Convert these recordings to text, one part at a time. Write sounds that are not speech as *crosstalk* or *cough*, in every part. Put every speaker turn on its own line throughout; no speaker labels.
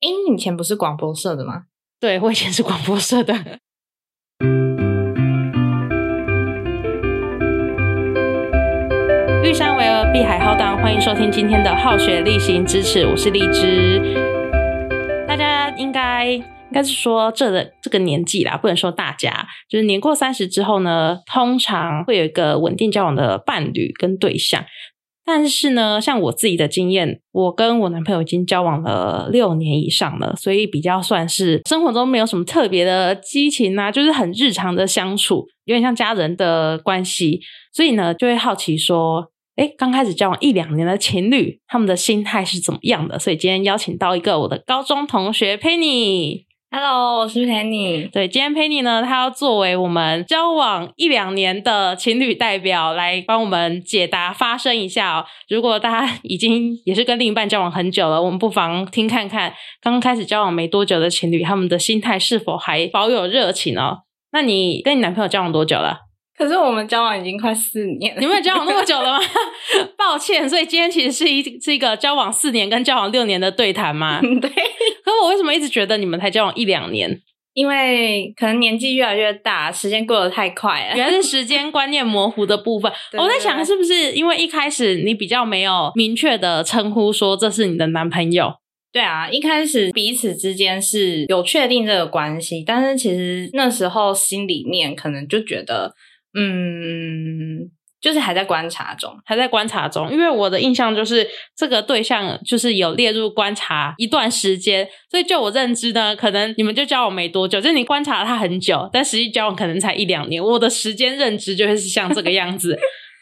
哎，你以前不是广播社的吗？
对，我以前是广播社的。玉山巍峨，碧海浩荡，欢迎收听今天的好学例行支持，我是荔枝。大家应该应该是说这的这个年纪啦，不能说大家，就是年过三十之后呢，通常会有一个稳定交往的伴侣跟对象。但是呢，像我自己的经验，我跟我男朋友已经交往了六年以上了，所以比较算是生活中没有什么特别的激情啊，就是很日常的相处，有点像家人的关系。所以呢，就会好奇说，哎，刚开始交往一两年的情侣，他们的心态是怎么样的？所以今天邀请到一个我的高中同学 Penny。
Hello，我是 Penny。
对，今天 Penny 呢，她要作为我们交往一两年的情侣代表来帮我们解答发声一下哦。如果大家已经也是跟另一半交往很久了，我们不妨听看看，刚开始交往没多久的情侣，他们的心态是否还保有热情哦？那你跟你男朋友交往多久了？
可是我们交往已经快四年了， *laughs*
你们有交往那么久了吗？ *laughs* 抱歉，所以今天其实是一是一个交往四年跟交往六年的对谈
*laughs*
嘛。
对，
可我为什么一直觉得你们才交往一两年？
因为可能年纪越来越大，时间过得太快了。
*laughs* 原来是时间观念模糊的部分。
对
我在
对
想，
对
是不是因为一开始你比较没有明确的称呼说这是你的男朋友？
对啊，一开始彼此之间是有确定这个关系，但是其实那时候心里面可能就觉得，嗯，就是还在观察中。
还在观察中，因为我的印象就是这个对象就是有列入观察一段时间，所以就我认知呢，可能你们就交往没多久，就是你观察了他很久，但实际交往可能才一两年。我的时间认知就会是像这个样
*laughs*
子。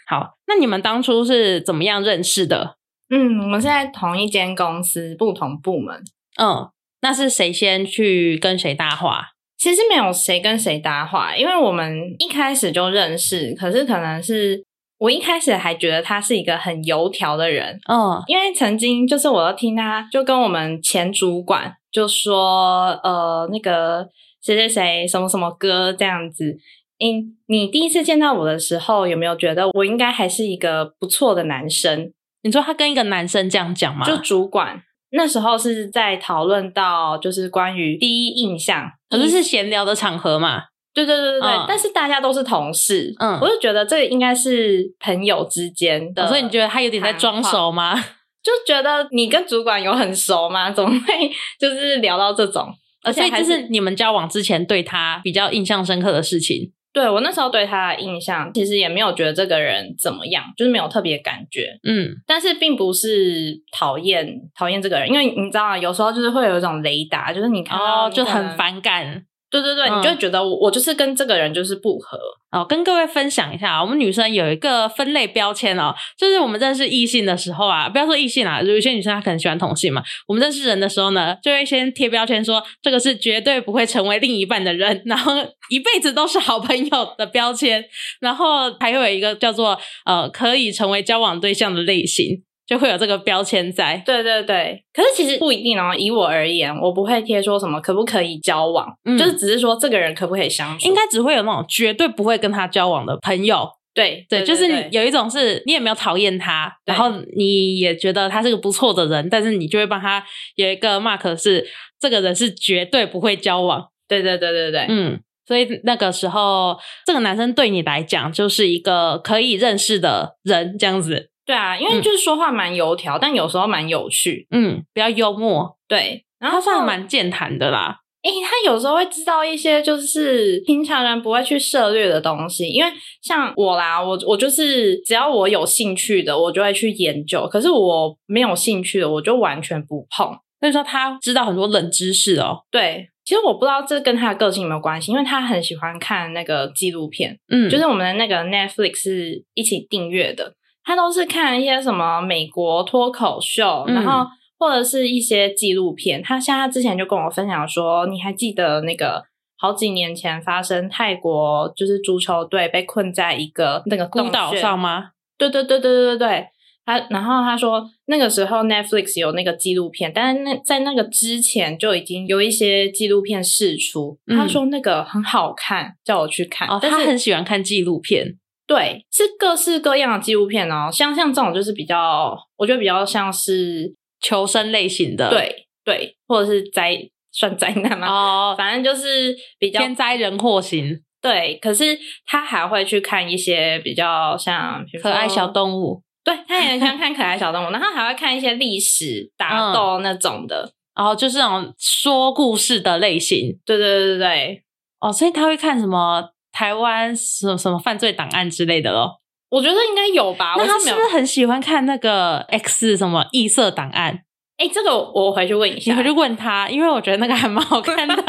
好，那你们当初是怎么样认识的？
嗯，我们是在同一间公司，不同部门，
嗯，那是谁先去跟谁搭话？
其实没有谁跟谁搭话，因为我们一开始就认识，可是可能是我一开始还觉得他是一个很油条的人，
嗯
因为曾经就是我都听他就跟我们前主管就说，呃，那个谁谁谁什么什么哥这样子。你你第一次见到我的时候，有没有觉得我应该还是一个不错的男生？
你说他跟一个男生这样讲吗？
就主管那时候是在讨论到就是关于第一印象，
可是是闲聊的场合嘛，
对对对对对，
嗯
但是大家都是同事，
嗯哦
我就觉得这个应该是朋友之间的，
所以你觉得他有点在装熟吗？
就觉得你跟主管有很熟吗？ *laughs* 怎么会就是聊到这种？ *laughs* 而
所
且
以
还
这
是
是你们交往之前对他比较印象深刻的事情。
对我那时候对他的印象，其实也没有觉得这个人怎么样，就是没有特别感觉，
嗯，
但是并不是讨厌讨厌这个人，因为你知道啊，有时候就是会有一种雷达，就是你看到
哦，
你
就
可
很
能
反感。
对对对，
嗯
你就会觉得我我就是跟这个人就是不合。
哦，跟各位分享一下，啊我们女生有一个分类标签哦，就是我们认识异性的时候啊，不要说异性啊，有些女生她可能喜欢同性嘛。我们认识人的时候呢，就会先贴标签说这个是绝对不会成为另一半的人，然后一辈子都是好朋友的标签，然后还会有一个叫做呃可以成为交往对象的类型，就会有这个标签在。
对对对，可是其实不一定哦。以我而言，我不会贴说什么可不可以交往，
嗯
就是只是说这个人可不可以相处。
应该只会有那种绝对不会跟他交往的朋友，
对
对，就是你
对
有一种是你也没有讨厌他，
对
然后你也觉得他是个不错的人，但是你就会帮他有一个 mark 是这个人是绝对不会交往，
对对对对对，
嗯，所以那个时候这个男生对你来讲就是一个可以认识的人，这样子，
对啊，因为
嗯
就是说话蛮油条，但有时候蛮有趣。
嗯，比较幽默，
对，然后
他算
后
蛮健谈的啦，
诶、他有时候会知道一些就是平常人不会去涉略的东西，因为像我啦，我我就是只要我有兴趣的，我就会去研究；可是我没有兴趣的，我就完全不碰。
所以说他知道很多冷知识哦，
对，其实我不知道这跟他的个性有没有关系，因为他很喜欢看那个纪录片，
嗯，
就是我们的那个 Netflix 是一起订阅的，他都是看一些什么美国脱口秀，
嗯
然后或者是一些纪录片。他像他之前就跟我分享说，你还记得那个？好几年前发生泰国就是足球队被困在一个那个
孤
洞
岛
穴
上吗？
对对对对对对对。他然后他说，那个时候 Netflix 有那个纪录片，但是那在那个之前就已经有一些纪录片释出。
嗯
他说那个很好看，叫我去看。
哦，
但
他
是
很喜欢看纪录片，
对，是各式各样的纪录片哦。像像这种就是比较，我觉得比较像是
求生类型的，
对对，或者是灾算灾难吗？
哦，
反正就是比较
天灾人祸型，
对，可是他还会去看一些比较像比如
可爱
说
小动物。
对他也很喜欢看可爱小动物，然后还会看一些历史
嗯
打斗那种的。
然后就是那种说故事的类型
对对对对对，
哦，所以他会看什么台湾什么什么犯罪档案之类的咯。
我觉得应该有吧。
那
啊我
他
是
是
没有
不，是很喜欢看那个 X 什么异色档案？
哎、这个我回去问一
你
下。
回去问他，因为我觉得那个还蛮好看的， *laughs*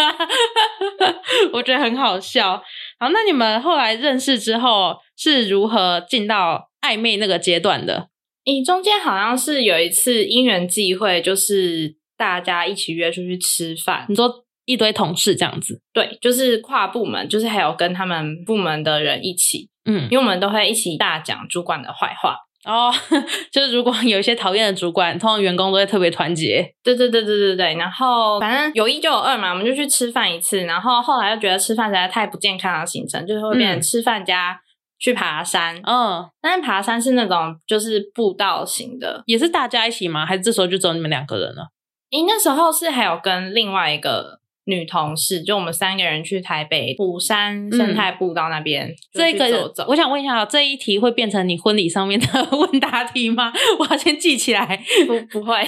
我觉得很好笑。好，那你们后来认识之后是如何进到暧昧那个阶段的？
你中间好像是有一次因缘际会，就是大家一起约出去吃饭，
你说一堆同事这样子，
对，就是跨部门，就是还有跟他们部门的人一起，
嗯，
因为我们都会一起大讲主管的坏话。
哦， *laughs* 就是如果有一些讨厌的主管，通常员工都会特别团结。
对对对对对对，然后反正有一就有二嘛，我们就去吃饭一次，然后后来又觉得吃饭实在太不健康的行程，就是会变成
嗯
吃饭加去爬山，
嗯，
但是爬山是那种就是步道型的。
也是大家一起吗？还是这时候就只有你们两个人了？
诶，那时候是还有跟另外一个女同事，就我们三个人去台北虎山生态步道那边、就
这
去
个
走走。
我想问一下，这一题会变成你婚礼上面的问答题吗？ *laughs* 我要先记起来。
不不会，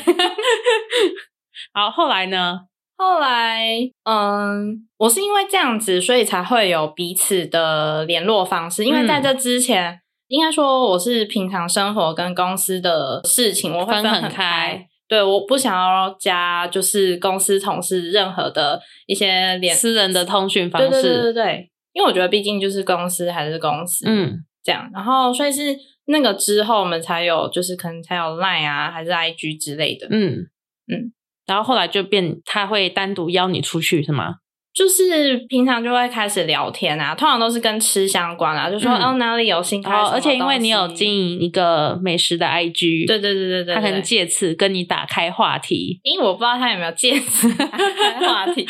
好，后来呢？
后来，嗯，我是因为这样子，所以才会有彼此的联络方式。因为
嗯
在这之前，应该说我是平常生活跟公司的事情，我会
分
很
很开，
对，我不想要加就是公司同事任何的一些联
私人的通讯方
对
式，
对对对对，因为我觉得毕竟就是公司还是公司，，
嗯，
这样。然后所以是那个之后，我们才有就是可能才有 Line 啊，还是 IG 之类的，
嗯
嗯
嗯，然后后来就变他会单独邀你出去是吗？
就是平常就会开始聊天啊，通常都是跟吃相关啊，就说、
嗯
哦哪里有新开什么
哦，
东西、
而且因为你有
营，
经营一个美食的 IG，
对对对对对对，
他可能借此跟你打开话题，
因为我不知道他有没有借
*laughs*
此开话题。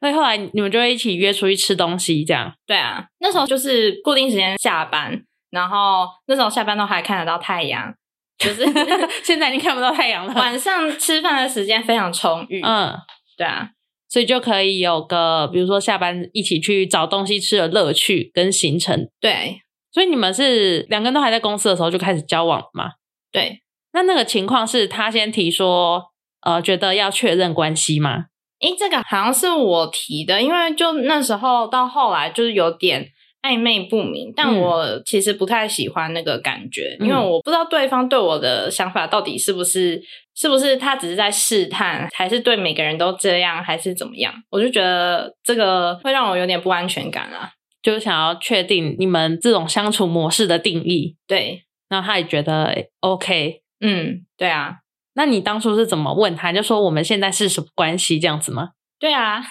所以后来你们就会一起约出去吃东西，这
*laughs*
样。 *laughs*
对啊，那时候就是固定时间下班，然后那时候下班都还看得到太阳，就是 *laughs*
现在已经看不到太阳了，
晚上吃饭的时间非常充裕。
嗯，
对啊，
所以就可以有个，比如说下班一起去找东西吃的乐趣跟行程。
对
所以你们是两个人都还在公司的时候就开始交往了嘛？
对，
那那个情况是他先提说，呃，觉得要确认关系吗？
诶，这个好像是我提的，因为就那时候到后来就是有点暧昧不明，但
嗯
我其实不太喜欢那个感觉，因为
嗯
我不知道对方对我的想法到底是不是是不是他只是在试探，还是对每个人都这样，还是怎么样？我就觉得这个会让我有点不安全感啊。
就是想要确定你们这种相处模式的定义。
对，
然后他也觉得诶 OK。
嗯，对啊，
那你当初是怎么问他？就说我们现在是什么关系这样子吗？
对啊， *laughs*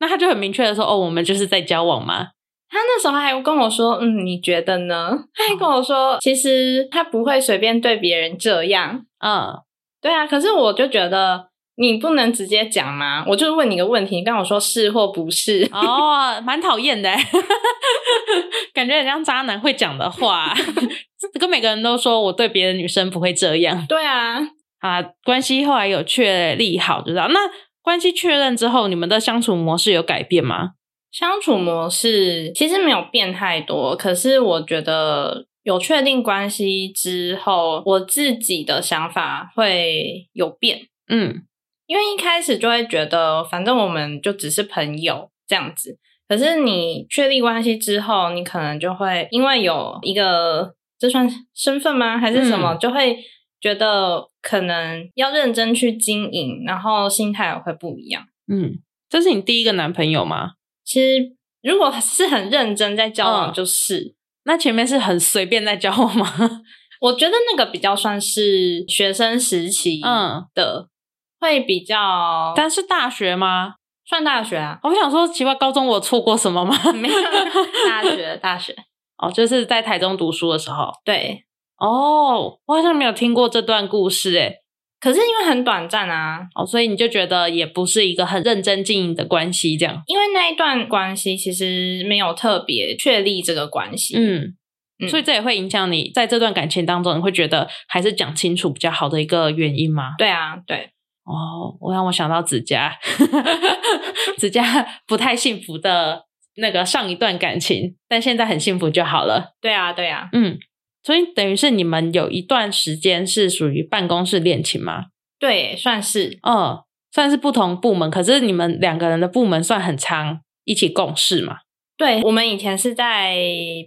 那他就很明确的说，哦，我们就是在交往吗？
他那时候还跟我说：“嗯，你觉得呢？”他还跟我说：“其实他不会随便对别人这样。”
嗯，
对啊，可是我就觉得你不能直接讲嘛，我就是问你个问题，你跟我说是或不是。
哦，蛮讨厌的 *laughs* 欸，感觉很像渣男会讲的话。 *laughs* 跟每个人都说我对别的女生不会这样
对啊，
啊。关系后来有确立好，知道那关系确认之后，你们的相处模式有改变吗？
相处模式其实没有变太多，可是我觉得有确定关系之后，我自己的想法会有变，
嗯
因为一开始就会觉得反正我们就只是朋友这样子。可是你确立关系之后，你可能就会因为有一个这算身份吗？还是什么？
嗯
就会觉得可能要认真去经营，然后心态也会不一样。
嗯，这是你第一个男朋友吗？
其实如果是很认真在交
嗯
往，就是、
那前面是很随便在交往吗？
我觉得那个比较算是学生时期
嗯，
的，会比较
但是大学吗？，
算大学啊
我想说，奇怪，高中我错过什么吗？
没有大学大学
哦，就是在台中读书的时候。
对。
哦，我好像没有听过这段故事，欸诶
可是因为很短暂啊，
哦，所以你就觉得也不是一个很认真经营的关系，这样。
因为那一段关系其实没有特别确立这个关系。
嗯，
嗯
所以这也会影响你在这段感情当中，你会觉得还是讲清楚比较好的一个原因吗？
对啊，对，
哦，我让我想到子佳， *laughs* 子佳不太幸福的那个上一段感情，但现在很幸福就好了。
对啊，对啊，
嗯，所以等于是你们有一段时间是属于办公室恋情吗？
对，算是
嗯，算是不同部门，可是你们两个人的部门算很常一起共事嘛？
对。我们以前是在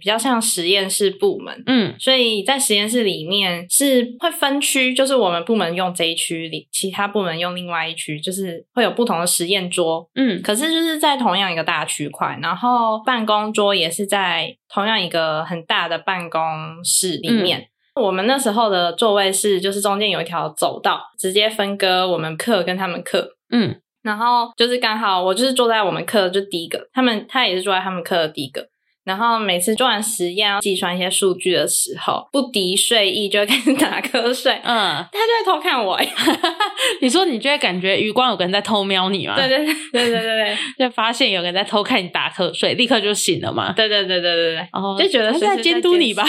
比较像实验室部门，
嗯，
所以在实验室里面是会分区，就是我们部门用这一区，里其他部门用另外一区，就是会有不同的实验桌。
嗯，
可是就是在同样一个大区块，然后办公桌也是在同样一个很大的办公室里面。我们那时候的座位是，就是中间有一条走道，直接分割我们课跟他们课。
嗯
然后就是刚好我就是坐在我们课的就第一个，他们他也是坐在他们课的第一个。然后每次做完实验要计算一些数据的时候，不敌睡意就会开始打瞌睡，
嗯，
他就会偷看我。
*laughs* 你说你就会感觉余光有个人在偷瞄你吗？
对，对对对对对
就发现有个人在偷看你打瞌睡，立刻就醒了嘛。
对对对对对对，
哦，
就觉得
他
随
是
时
在监督你
视
吧？？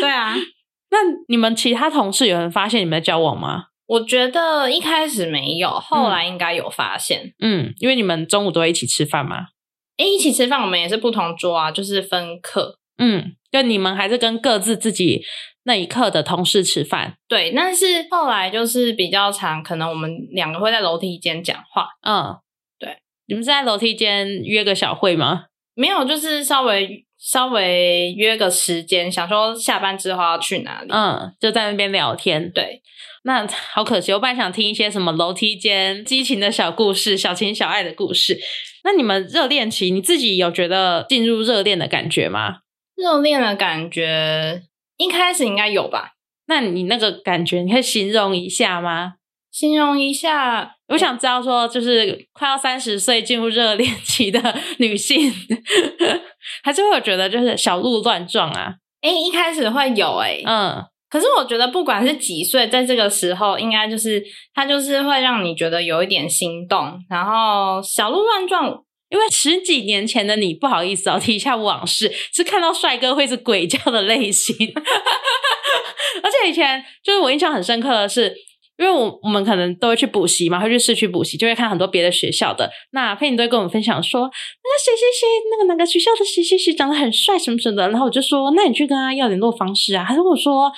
对啊，
那 *laughs* 你们其他同事有人发现你们在交往吗？
我觉得一开始没有，后来应该有发现。
嗯，因为你们中午都会一起吃饭嘛。
诶，一起吃饭我们也是不同桌啊，就是分课。
嗯，就你们还是跟各自自己那一刻的同事吃饭。
对，但是后来就是比较长，可能我们两个会在楼梯间讲话，
嗯，
对，
你们是在楼梯间约个小会吗？
没有，就是稍微稍微约个时间，想说下班之后要去哪里。
嗯，就在那边聊天。
对，
那 *laughs* 好可惜，我本来想听一些什么楼梯间激情的小故事、小情小爱的故事。那你们热恋期，你自己有觉得进入热恋的感觉吗？
热恋的感觉一开始应该有吧？
那你那个感觉，你可以形容一下吗？
形容一下，
我想知道说，就是快要三十岁进入热恋期的女性， *laughs* 还是会有觉得就是小鹿乱撞啊？
哎、一开始会有哎、
嗯
可是我觉得不管是几岁，在这个时候，应该就是它就是会让你觉得有一点心动，然后小鹿乱撞。哎
因为十几年前的你，不好意思哦，提一下往事，是看到帅哥会是鬼叫的类型。 *laughs* 而且以前就是我印象很深刻的是，因为我我们可能都会去补习嘛，会去市区补习，就会看很多别的学校的。那佩妮都会跟我们分享说，那个谁谁谁，那个哪个学校的谁谁谁长得很帅什么什么的。然后我就说，那你去跟他要联络方式啊。他就跟我说。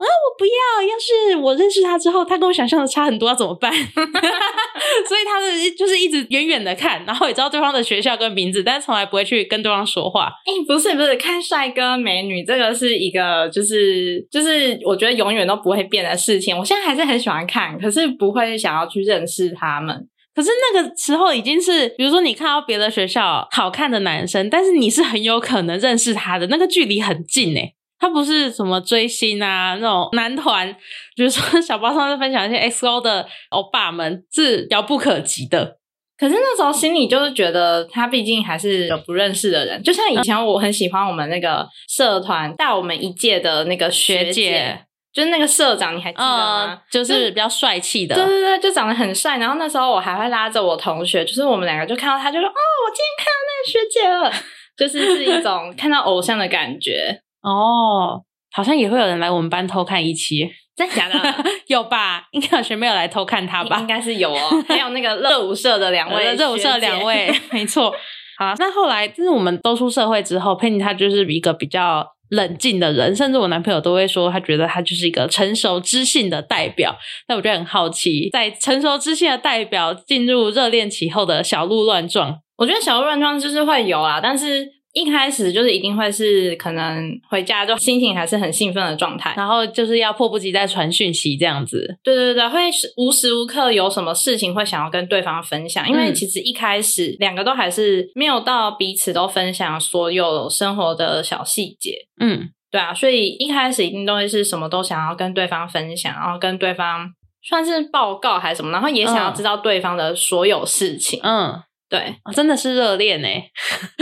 啊，我不要！要是我认识他之后，他跟我想象的差很多，要怎么办？ *laughs* 所以他是就是一直远远的看，然后也知道对方的学校跟名字，但是从来不会去跟对方说话。
哎、不是不是，看帅哥美女这个是一个，就是就是，我觉得永远都不会变的事情。我现在还是很喜欢看，可是不会想要去认识他们。
可是那个时候已经是，比如说你看到别的学校好看的男生，但是你是很有可能认识他的，那个距离很近诶、他不是什么追星啊，那种男团，比如说小包上次分享一些 XO 的欧巴们是遥不可及的。
可是那时候心里就是觉得，他毕竟还是有不认识的人。就像以前我很喜欢我们那个社团带我们一届的那个
学
学
姐，
就是那个社长，你还记得吗？
呃，就是比较帅气的，
对对对，就长得很帅。然后那时候我还会拉着我同学，就是我们两个就看到他，就说：“哦，我今天看到那个学姐了。” *laughs* 就是是一种看到偶像的感觉，
哦，好像也会有人来我们班偷看一期，
真的假 *laughs* 的？
*laughs* 有吧？应该有学妹有来偷看他吧
应？该是有哦。 *laughs* 还有那个热舞社的两
我的
*laughs* 位，
热舞社两，位，
*laughs*
没错。好啦，那后来就是我们都出社会之后，佩妮她就是一个比较冷静的人，甚至我男朋友都会说，他觉得他就是一个成熟知性的代表。那我就很好奇，在成熟知性的代表进入热恋期后的小鹿乱撞，
我觉得小鹿乱撞就是会有啦，但是一开始就是一定会是可能回家就心情还是很兴奋的状态。
然后就是要迫不及待传讯息这样子。
对对对，会是无时无刻有什么事情会想要跟对方分享，因为
嗯
其实一开始两个都还是没有到彼此都分享所有生活的小细节，
嗯
对啊，所以一开始一定都会是什么都想要跟对方分享，然后跟对方算是报告还是什么，然后也想要
嗯
知道对方的所有事情，
嗯，
对。
哦真的是热恋呢。欸 *laughs*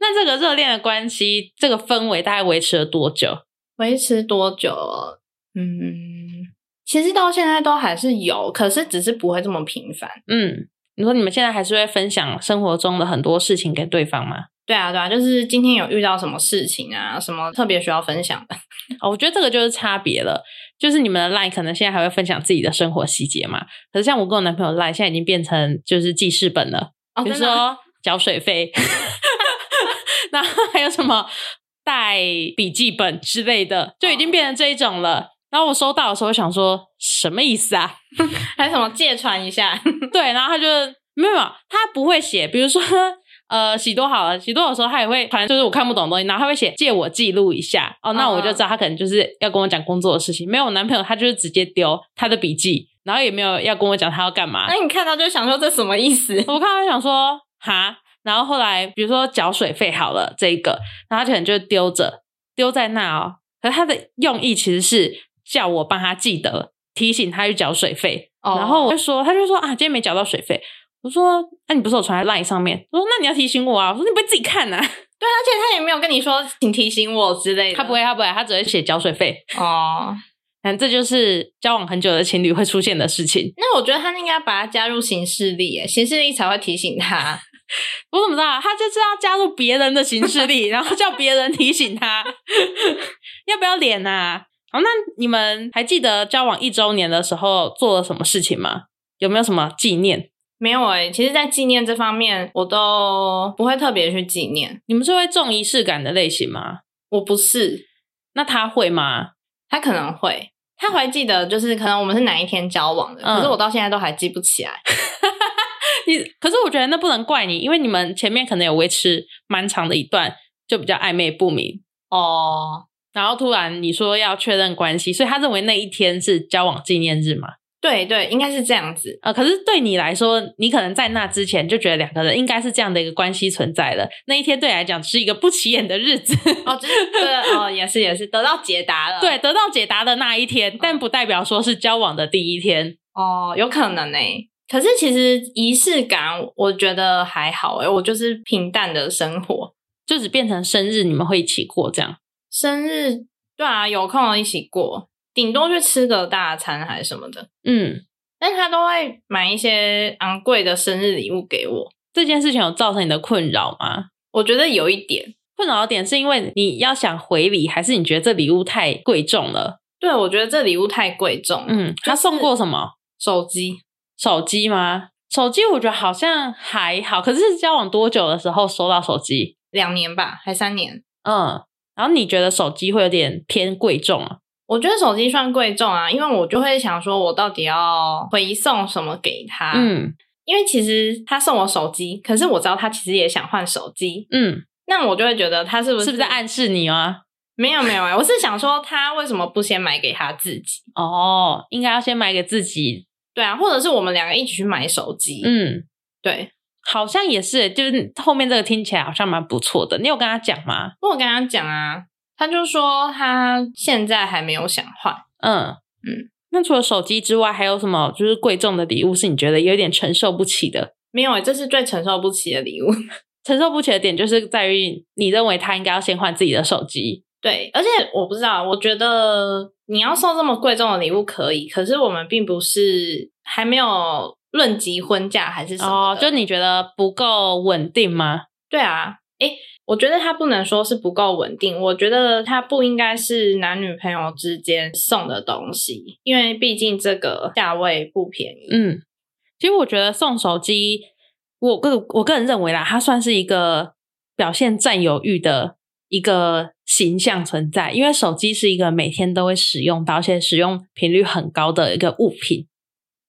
那这个热恋的关系，这个氛围大概维持了多久？
维持多久了？嗯，其实到现在都还是有，可是只是不会这么频繁。
嗯，你说你们现在还是会分享生活中的很多事情给对方吗？
对啊，对啊，就是今天有遇到什么事情啊，什么特别需要分享的。 *laughs*
哦，我觉得这个就是差别了。就是你们的 LINE 可能现在还会分享自己的生活细节嘛，可是像我跟我男朋友 LINE 现在已经变成就是记事本了，
哦
比如
真的吗
说缴水费， *laughs* 然后还有什么带笔记本之类的，就已
哦
经变成这一种了。然后我收到的时候，我想说什么意思啊？
还有什么借传一下？ *laughs*
对，然后他就没有，没有他不会写，比如说。呃，喜多好了，喜多有时候他也会传，就是我看不懂的东西，然后他会写借我记录一下，哦，那我就知道他可能就是要跟我讲工作的事情。没有我男朋友，他就是直接丢他的笔记，然后也没有要跟我讲他要干嘛
那。你看到就想说这什么意思？ *laughs*
我看到就想说哈，然后后来比如说缴水费好了这一个，然后他可能就丢着丢在那哦，可是他的用意其实是叫我帮他记得提醒他去缴水费，
哦
然后我就说，他就说啊，今天没缴到水费。我说，那、你不是有传在 LINE 上面？我说，那你要提醒我啊。我说，你不会自己看呐、啊？
对，而且他也没有跟你说请提醒我之类的，
他不会，他不会，他只会写缴水费。
哦。
嗯，这就是交往很久的情侣会出现的事情。
那我觉得他应该把它加入行事历耶，行事历才会提醒他。 *laughs*
我怎么知道啊？他就是要加入别人的行事历，然后叫别人提醒他 *laughs* 要不要脸呐、啊？好，那你们还记得交往一周年的时候做了什么事情吗？有没有什么纪念？
没有诶、其实，在纪念这方面，我都不会特别去纪念。
你们是会重仪式感的类型吗？
我不是，
那他会吗？
他可能会，他还记得，就是可能我们是哪一天交往的，
嗯
可是我到现在都还记不起来。
你可是我觉得那不能怪你，因为你们前面可能有维持蛮长的一段，就比较暧昧不明。
哦，
然后突然你说要确认关系，所以他认为那一天是交往纪念日嘛？
对对，应该是这样子。
呃，可是对你来说，你可能在那之前就觉得两个人应该是这样的一个关系存在了。那一天对你来讲是一个不起眼的日子， *laughs*
哦，就是对，哦，也是也是，得到解答了。
对，，得到解答的那一天，但不代表说是交往的第一天。
哦，有可能诶、可是其实仪式感，我觉得还好诶、欸我就是平淡的生活。
就只变成生日，你们会一起过这样。
生日，对啊，有空一起过，顶多去吃个大餐还是什么的。
嗯，
但他都会买一些昂贵的生日礼物给我，
这件事情有造成你的困扰吗？
我觉得有一点，
困扰的点是因为你要想回礼，还是你觉得这礼物太贵重了？
对我觉得这礼物太贵重。
嗯，他送过什么？
手机，
手机吗？手机我觉得好像还好，可是交往多久的时候收到手机？
两年吧，还三年。
嗯，然后你觉得手机会有点偏贵重啊？
我觉得手机算贵重啊，因为我就会想说，我到底要回送什么给他？，
嗯
因为其实他送我手机，可是我知道他其实也想换手机，
嗯，
那我就会觉得他是不
是不是在暗示你啊？
没有没有、欸，我是想说他为什么不先买给他自己？
哦，应该要先买给自己。
对啊，或者是我们两个一起去买手机。，
嗯，
对。
好像也是，就是后面这个听起来好像蛮不错的。你有跟他讲吗？
我有跟他讲啊，他就说他现在还没有想换。
嗯
嗯。
那除了手机之外，还有什么就是贵重的礼物是你觉得有点承受不起的？
没有欸、这是最承受不起的礼物。 *laughs*
承受不起的点就是在于你认为他应该要先换自己的手机。
对，而且我不知道，我觉得你要送这么贵重的礼物可以，可是我们并不是还没有论及婚嫁还是什么
哦，
的。
就你觉得不够稳定吗？
对啊，诶，我觉得他不能说是不够稳定，我觉得他不应该是男女朋友之间送的东西，因为毕竟这个价位不便宜。
嗯，其实我觉得送手机，我个我个人认为啦，它算是一个表现占有欲的一个形象存在，因为手机是一个每天都会使用到，而且使用频率很高的一个物品，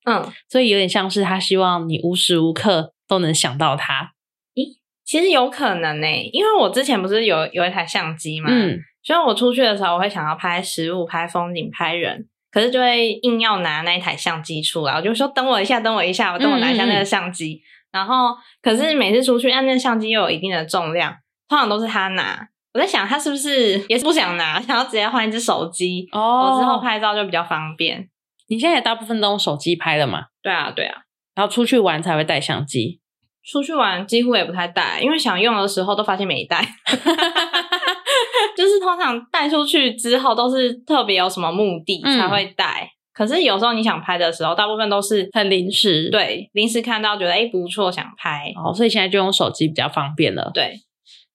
嗯，
所以有点像是他希望你无时无刻都能想到它。
其实有可能呢、因为我之前不是有有一台相机嘛，
嗯，
所以我出去的时候，我会想要拍食物、拍风景、拍人，可是就会硬要拿那一台相机出来，我就说等我一下，等我一下，我等我拿一下那个相机。然后，可是每次出去，按那个相机又有一定的重量，通常都是他拿。我在想，他是不是也是不想拿，想要直接换一只手机，
哦
我之后，拍照就比较方便。
你现在也大部分都用手机拍了嘛？
对啊，对啊，
然后出去玩才会带相机。
出去玩几乎也不太带，因为想用的时候都发现没带。 *laughs* 就是通常带出去之后都是特别有什么目的
嗯
才会带，可是有时候你想拍的时候，大部分都是
很临时，，
对临时看到觉得哎、诶不错想拍，
哦，所以现在就用手机比较方便了。
对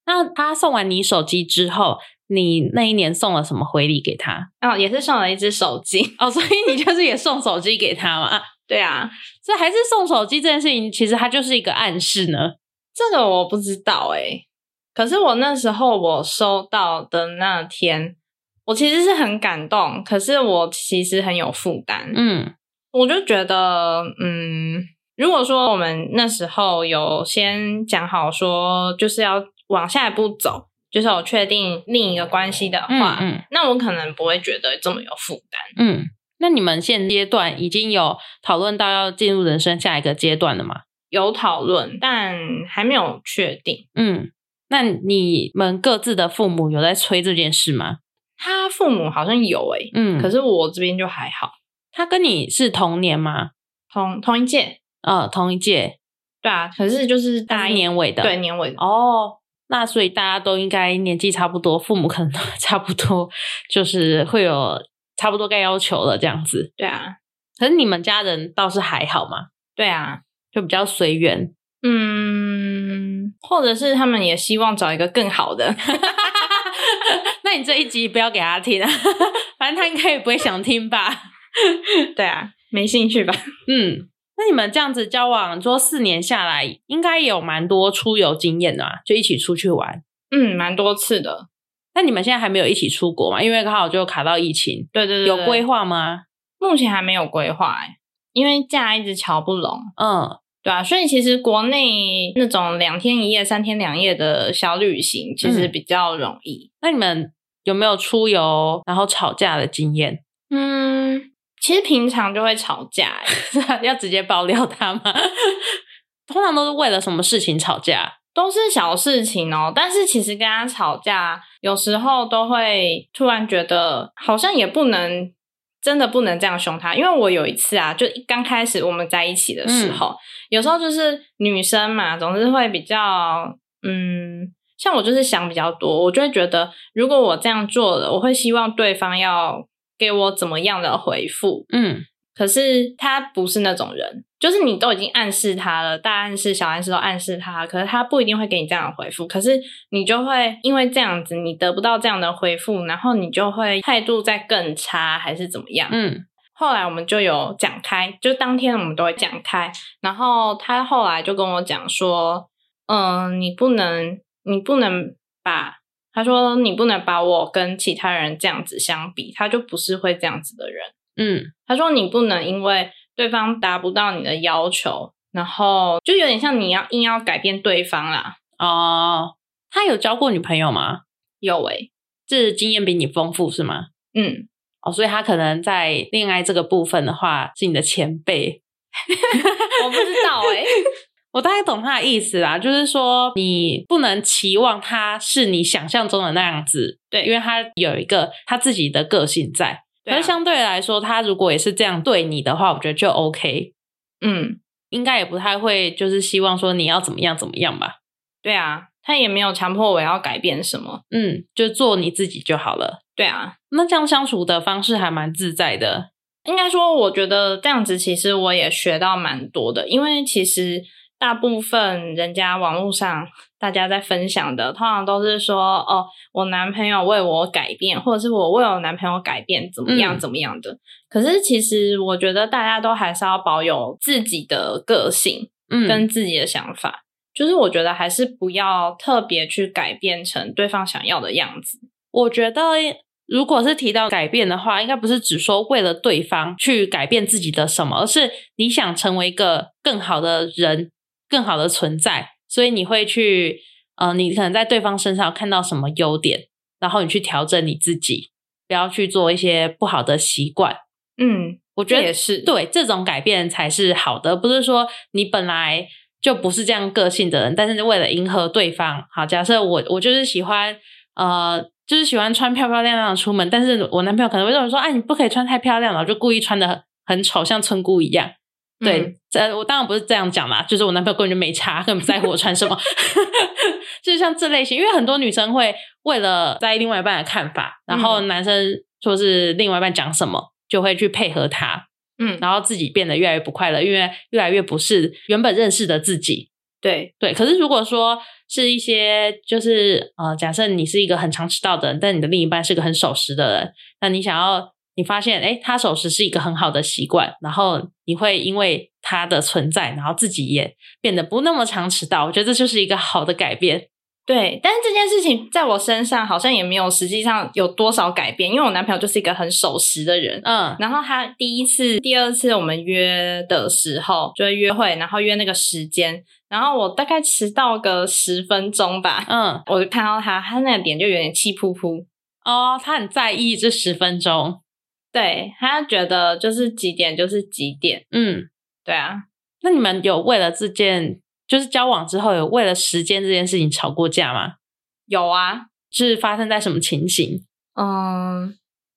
那他送完你手机之后，你那一年送了什么回礼给他？
哦，也是送了一只手机。
哦，所以你就是也送手机给他嘛？
对啊，
所以还是送手机这件事情，其实它就是一个暗示呢。
这个我不知道诶、可是我那时候我收到的那天，我其实是很感动，可是我其实很有负担。
嗯
我就觉得，嗯，如果说我们那时候有先讲好说，就是要往下一步走，就是有确定另一个关系的话，
嗯
那我可能不会觉得这么有负担。
嗯。那你们现阶段已经有讨论到要进入人生下一个阶段了吗？
有讨论，但还没有确定。
嗯，那你们各自的父母有在催这件事吗？
他父母好像有诶、
嗯，
可
可是
是我这边就还好，
他跟你是同年吗？
同同一届，
呃，同一届，
对啊。可是就是
他
大
是
一
年尾的，
对年尾的，
哦，那所以大家都应该年纪差不多，父母可能都 *laughs* 差不多，就是会有差不多该要求了这样子。
对啊，
可是你们家人倒是还好嘛，
对啊。
就比较随缘。 *laughs*
嗯，或者是他们也希望找一个更好的， *laughs*
那你这一集不要给他听啊， *laughs* 反正他应该也不会想听吧。
对啊，没兴趣吧？
嗯，那你们这样子交往，说四年下来，应该也有蛮多出游经验的啊，就一起出去玩。
嗯，蛮多次的。
那你们现在还没有一起出国嘛？因为刚好就卡到疫情，
对对对，
有规
划，
划吗？
目前还没有规划、欸，因为假一直瞧不拢，
嗯，
对啊，所以其实国内那种两天一夜、三天两夜的小旅行，其实
嗯
比较容易。
那你们有没有出游然后吵架的经验？ *laughs*
嗯其实平常就会吵架、欸，
要直接爆料他吗？ *laughs* 通常都是为了什么事情吵架？
都是小事情哦、但是其实跟他吵架，有时候都会突然觉得好像也不能。真的不能这样凶他，因为我有一次啊，就一刚开始我们在一起的时候，有时候就是女生嘛，总是会比较嗯，像我就是想比较多，我就会觉得如果我这样做了，我会希望对方要给我怎么样的回复，
嗯
可是他不是那种人，就是你都已经暗示他了，大暗示、小暗示都暗示他，可是他不一定会给你这样的回复。可是你就会因为这样子，你得不到这样的回复，然后你就会态度再更差，还是怎么样？
嗯
后来我们就有讲开，就当天我们都会讲开。然后他后来就跟我讲说：“嗯，你不能，你不能把他说你不能把我跟其他人这样子相比，他就不是会这样子的人。”
嗯
他说你不能因为对方达不到你的要求，然后就有点像你要硬要改变对方啦。
哦，他有交过女朋友吗？
有诶、
这经验比你丰富是吗？
嗯，
哦，所以他可能在恋爱这个部分的话，是你的前辈。
*laughs* 我不知道欸诶、 *laughs*
我大概懂他的意思啦，就是说你不能期望他是你想象中的那样子，
对
因为他有一个他自己的个性在。
对啊
可是相对来说，他如果也是这样对你的话，我觉得就 OK，
嗯，
应该也不太会就是希望说你要怎么样怎么样吧。
对啊，他也没有强迫我要改变什么。
嗯，就做你自己就好了。
对啊，
那这样相处的方式还蛮自在的。
应该说，我觉得这样子其实我也学到蛮多的，因为其实大部分人家网络上大家在分享的，通常都是说哦，我男朋友为我改变，或者是我为我男朋友改变怎么样
嗯
怎么样的。可是其实我觉得大家都还是要保有自己的个性
嗯，
跟自己的想法，就是我觉得还是不要特别去改变成对方想要的样子。
我觉得如果是提到改变的话，应该不是只说为了对方去改变自己的什么，而是你想成为一个更好的人、更好的存在，所以你会去呃，你可能在对方身上看到什么优点，然后你去调整你自己，不要去做一些不好的习惯。
嗯，
我觉
这
得
也是
对，这种改变才是好的，不是说你本来就不是这样个性的人，但是为了迎合对方，好，假设我我就是喜欢呃，就是喜欢穿漂漂亮亮的出门，但是我男朋友可能会认为说，哎，你不可以穿太漂亮了，我就故意穿的很丑，像村姑一样。对，
嗯
这我当然不是这样讲啦，就是我男朋友根本就没差，根本不在乎我穿什么， *laughs* 就是像这类型，因为很多女生会为了在意另外一半的看法，然后
嗯
男生说是另外一半讲什么，就会去配合他，
嗯，
然后自己变得越来越不快乐，因为越来越不是原本认识的自己。
对，
对，可是如果说是一些就是呃，假设你是一个很常迟到的人，但你的另一半是个很守时的人，那你想要你发现，哎，他守时是一个很好的习惯，然后你会因为他的存在，然后自己也变得不那么常迟到。我觉得这就是一个好的改变。
对，但是这件事情在我身上好像也没有实际上有多少改变，因为我男朋友就是一个很守时的人。
嗯
然后他第一次、第二次我们约的时候，就会约会，然后约那个时间，然后我大概迟到个十分钟吧，
嗯，
我就看到他，他那个脸就有点气扑扑。
哦，他很在意这十分钟。
对他觉得就是几点就是几点，
嗯，
对啊，
那你们有为了这件，就是交往之后有为了时间这件事情吵过架吗？
有啊，
是发生在什么情形？
嗯，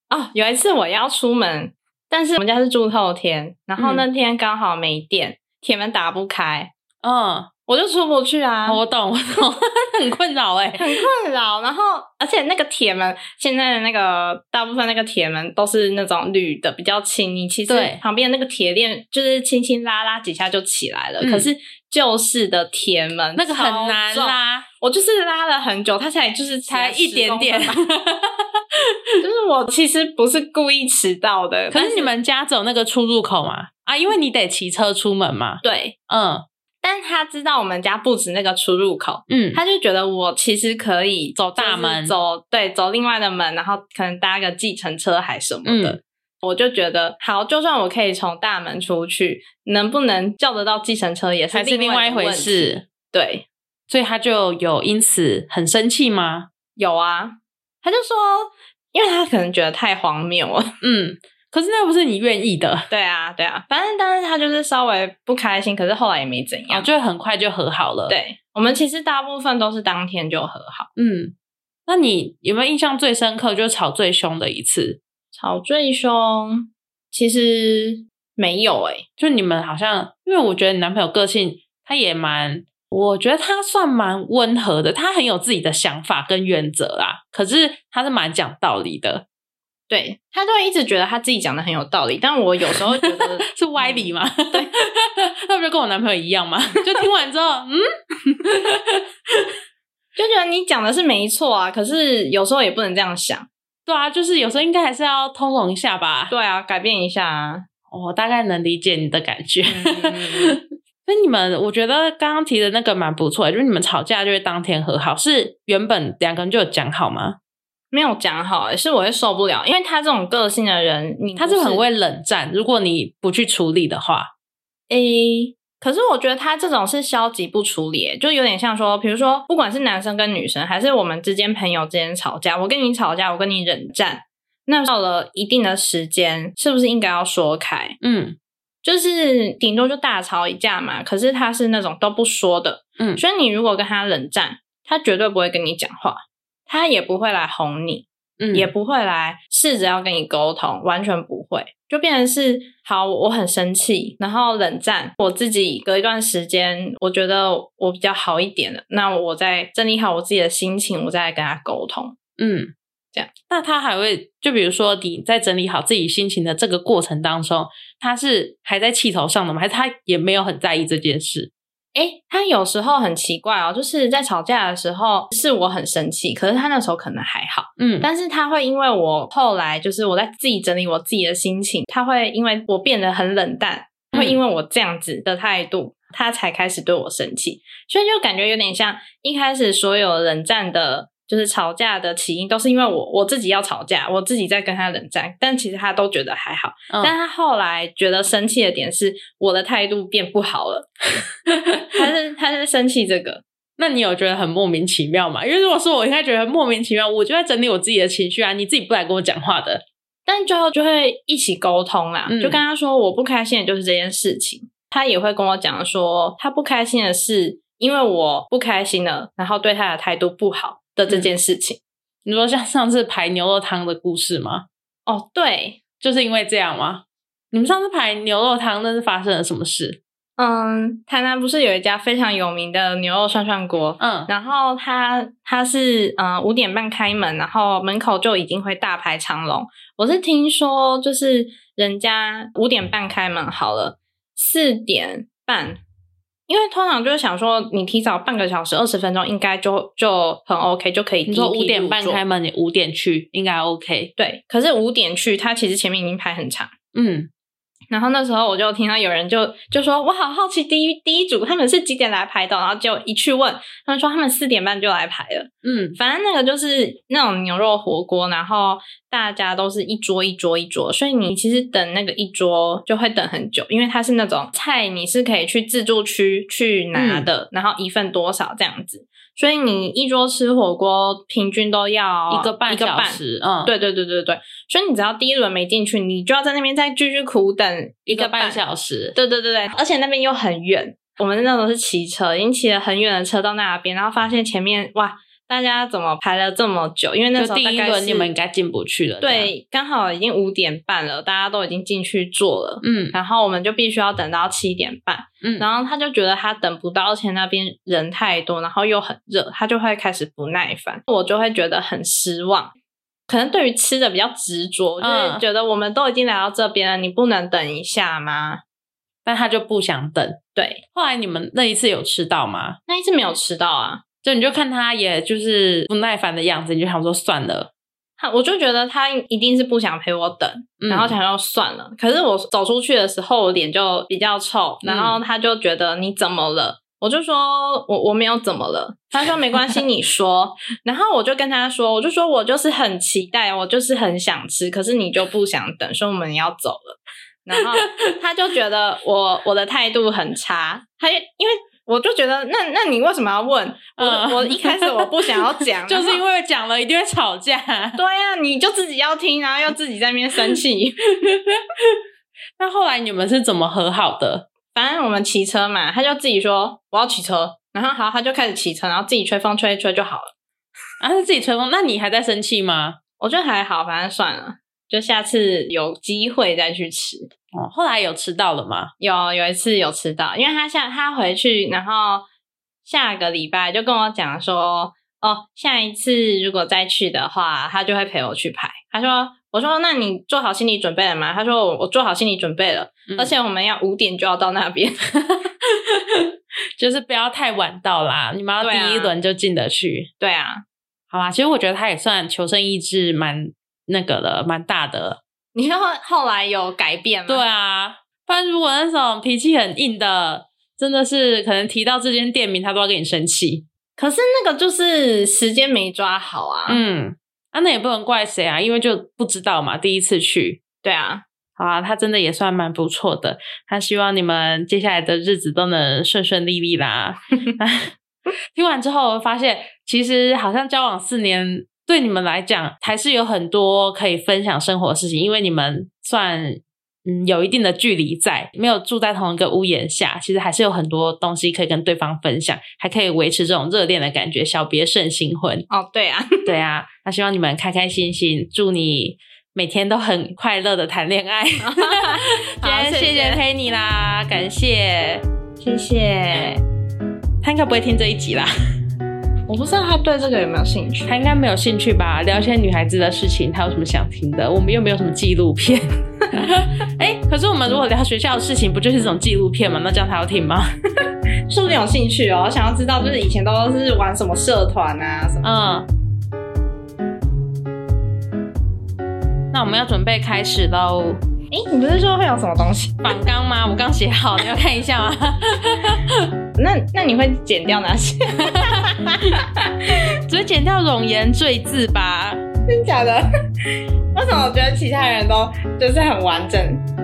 哦，有一次我要出门，但是我们家是住透天，然后那天刚好没电，铁门打不开，
嗯，
我就出不去啊，
我懂，我懂， *laughs* 很困扰哎、
很困扰。然后，而且那个铁门，现在的那个大部分那个铁门都是那种铝的，比较轻。你其实
对
旁边那个铁链就是轻轻拉拉几下就起来了。
嗯
可是旧式的铁门
那个很难
超重，
啦，
我就是拉了很久，它才就是起来
才一点点
10。公分吧 *laughs* 就是我其实不是故意迟到的，
可
但
是你们家走那个出入口嘛？啊，因为你得骑车出门嘛。
对。
嗯
但他知道我们家不止那个出入口，
嗯，
他就觉得我其实可以
走大门
就是走对，走另外的门，然后可能搭个计程车还什么的。
嗯
我就觉得，好，就算我可以从大门出去，能不能叫得到计程车也是
还是另外
外
一
的
回
问题。
事。
对，
所以他就有因此很生气吗？
有啊，他就说，因为他可能觉得太荒谬了。
嗯，可是那又不是你愿意的，
对啊，对啊，反正但是他就是稍微不开心，可是后来也没怎
啊，
样。
就很快就和好了。，
对我们其实大部分都是当天就和好。
嗯，那你有没有印象最深刻，就是吵最凶的一次？
吵最凶，其实没有欸诶、
就你们好像，因为我觉得你男朋友个性他也蛮，我觉得他算蛮温和的，他很有自己的想法跟原则啦。可是他是蛮讲道理的，
对他就会一直觉得他自己讲的很有道理，但我有时候觉 *laughs* 得
是歪
嗯
理吗？ *laughs* 对，那不就跟我男朋友一样吗？ *laughs* 就听完之后，嗯，
就觉得你讲的是没错啊，可是有时候也不能这样想。
对啊，就是有时候应该还是要通融一下吧。
对啊，改变一下啊。
我大概能理解你的感觉。
嗯
*laughs* 所以你们，我觉得刚刚提的那个蛮不错的，就是你们吵架就会当天和好，是原本两个人就有讲好
嗯
吗？
*laughs* 没有讲好、欸，是我会受不了，因为他这种个性的人，你
他
不
是
是
很会冷战，如果你不去处理的话，
诶、可是我觉得他这种是消极不处理、欸就有点像说，比如说，不管是男生跟女生，还是我们之间朋友之间吵架，我跟你吵架，我跟你冷战，那到了一定的时间，是不是应该要说开？
嗯
就是顶多就大吵一架嘛。可是他是那种都不说的，
嗯
所以你如果跟他冷战，他绝对不会跟你讲话，他也不会来哄你，
嗯，
也不会来试着要跟你沟通，完全不会，就变成是好，我很生气，然后冷战，我自己隔一段时间，我觉得我比较好一点了，那我再整理好我自己的心情，我再来跟他沟通。
嗯
这样。
那他还会，就比如说你在整理好自己心情的这个过程当中，他是还在气头上的吗？还是他也没有很在意这件事？
诶，他有时候很奇怪哦，就是在吵架的时候是我很生气，可是他那时候可能还好。
嗯
但是他会因为我后来就是我在自己整理我自己的心情，他会因为我变得很冷淡，
嗯
会因为我这样子的态度，他才开始对我生气，所以就感觉有点像一开始所有冷战的。就是吵架的起因都是因为我我自己要吵架，我自己在跟他冷战，但其实他都觉得还好，
嗯
但他后来觉得生气的点是我的态度变不好了， *laughs* 他是他是生气这个，
那你有觉得很莫名其妙吗？因为如果说我应该觉得莫名其妙，我就在整理我自己的情绪啊，你自己不来跟我讲话的，
但最后就会一起沟通啦，
嗯
就跟他说我不开心的就是这件事情，他也会跟我讲说他不开心的是因为我不开心了，然后对他的态度不好的这件事情。
你说像上次排牛肉汤的故事吗？
哦，对，
就是因为这样吗？你们上次排牛肉汤，那是发生了什么事？
嗯，台南不是有一家非常有名的牛肉涮涮锅？
嗯
然后他他是嗯五点半开门，然后门口就已经会大排长龙。我是听说，就是人家五点半开门好了，四点半因为通常就是想说，你提早半个小时、二十分钟，应该就就很 OK，就可以第
你
一
说
批
五点
入
半
座
开门，你五点去应该 OK。
对，可是五点去，他其实前面已经排很长。
嗯，
然后那时候我就听到有人就就说：“我好好奇第一第一组他们是几点来排的？”然后就一去问，他们说他们四点半就来排了。
嗯，
反正那个就是那种牛肉火锅，然后大家都是一桌一桌一桌，所以你其实等那个一桌就会等很久，因为它是那种菜你是可以去自助区去拿的，然后一份多少这样子，所以你一桌吃火锅平均都要
哦一个半
哦一个
小
半。
时，嗯，，
对对对对对，所以你只要第一轮没进去，你就要在那边再继续苦等
一
一
个
个
半
半
小时。
对对对对，而且那边又很远，我们那时候是骑车，已经骑了很远的车到那边，然后发现前面哇，大家怎么排了这么久？因为那时
就
候
第
大
一
概是
轮你们应该进不去了。这样，
对，刚好已经五点半了，大家都已经进去坐了。
嗯
然后我们就必须要等到七点半，
嗯，
然后他就觉得他等不到，而且那边人太多，然后又很热，他就会开始不耐烦，我就会觉得很失望。可能对于吃的比较执着，就是
嗯
觉得我们都已经来到这边了，你不能等一下吗？
但他就不想等。
对，
后来你们那一次有吃到吗？
那一次没有吃到啊。
就你就看他也就是不耐烦的样子，你就想说算了，
他我就觉得他一定是不想陪我等，
嗯
然后想要算了。可是我走出去的时候，我脸就比较臭，
嗯
然后他就觉得你怎么了？我就说我我没有怎么了。他说没关系，
*laughs*
你说。然后我就跟他说，我就说我就是很期待，我就是很想吃，可是你就不想等，所以我们要走了。然
*laughs*
后他就觉得我我的态度很差，他就因为我就觉得那那你为什么要问？我、
嗯
我一开始我不想要讲，啊
*laughs* 就是
为。
因为讲了一定会吵架。 *laughs*
*laughs* 对呀、你就自己要听，然后又自己在那边生气。 *laughs*
那后来你们是怎么和好的？
反正我们骑车嘛，他就自己说我要骑车，然后好，他就开始骑车，然后自己吹风吹一吹就好了。
啊，是自己吹风？那你还在生气吗？
我觉得还好，反正算了，就下次有机会再去吃。
哦，后来有吃到了吗？
有有一次有吃到，因为他下他回去，然后下个礼拜就跟我讲说，哦，下一次如果再去的话，他就会陪我去排。他说，我说那你做好心理准备了吗？他说我我做好心理准备了，
嗯
而且我们要五点就要到那边。
就是不要太晚到啦，你们要
对啊
第一轮就进得去。
对啊，
好啦，其实我觉得他也算求生意志蛮那个的，蛮大的。
*laughs* 你后后来有改变吗？
对，啊，不然如果那种脾气很硬的，真的是可能提到这间店名，他都要跟你生气。
可是那个就是时间没抓好啊。，
嗯，啊，那也不能怪谁啊，因为就不知道嘛，第一次去。
对啊，
好啊，他真的也算蛮不错的。他希望你们接下来的日子都能顺顺利利啦。听完之后，我发现其实好像交往四年，对你们来讲还是有很多可以分享生活的事情，因为你们算嗯有一定的距离在，没有住在同一个屋檐下，其实还是有很多东西可以跟对方分享，还可以维持这种热恋的感觉，小别胜新婚。
哦对啊， *laughs*
*laughs* 对啊，那希望你们开开心心，祝你每天都很快乐的谈
*laughs*
恋爱。今天
谢嗯
谢
谢
谢佩妮啦，感谢。
谢谢。
他应该不会听这一集啦，
我不知道他对这个有没有兴趣。
他应该没有兴趣吧？聊一些女孩子的事情，他有什么想听的？我们又没有什么纪录片。 *laughs* 哎、可是我们如果聊学校的事情，不就是这种纪录片吗？那这样他要听吗？ *laughs*
说不定有兴趣哦，想要知道就是以前都是玩什么社团啊什么。
嗯。那我们要准备开始喽，
诶、你不是说会有什么东西？
仿纲吗？我刚写好，你要看一下吗？ *laughs*
那那你会剪掉哪些？
只会剪掉容颜赘字吧。
*laughs* 真假的？为什么我觉得其他人都就是很完整？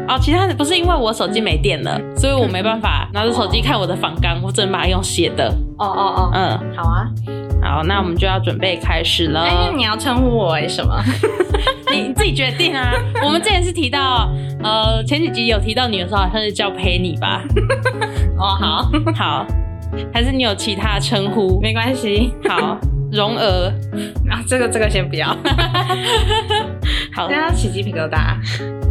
哦，其他的不是因为我手机没电了，所以我没办法拿着手机看我的仿纲，我只能把它用写的。
哦哦
嗯，
哦，好啊。
好，那我们就要准备开始了
哎、。那你要称呼我为什么？
你你自己决定啊。我们之前是提到，呃，前几集有提到你的时候，好像是叫 Penny 吧？
哦好，
好，还是你有其他称呼？
*laughs* 没关系。
好，蓉儿。
然后这个这个先不要，
好
*laughs* 大，家起鸡皮疙瘩。啊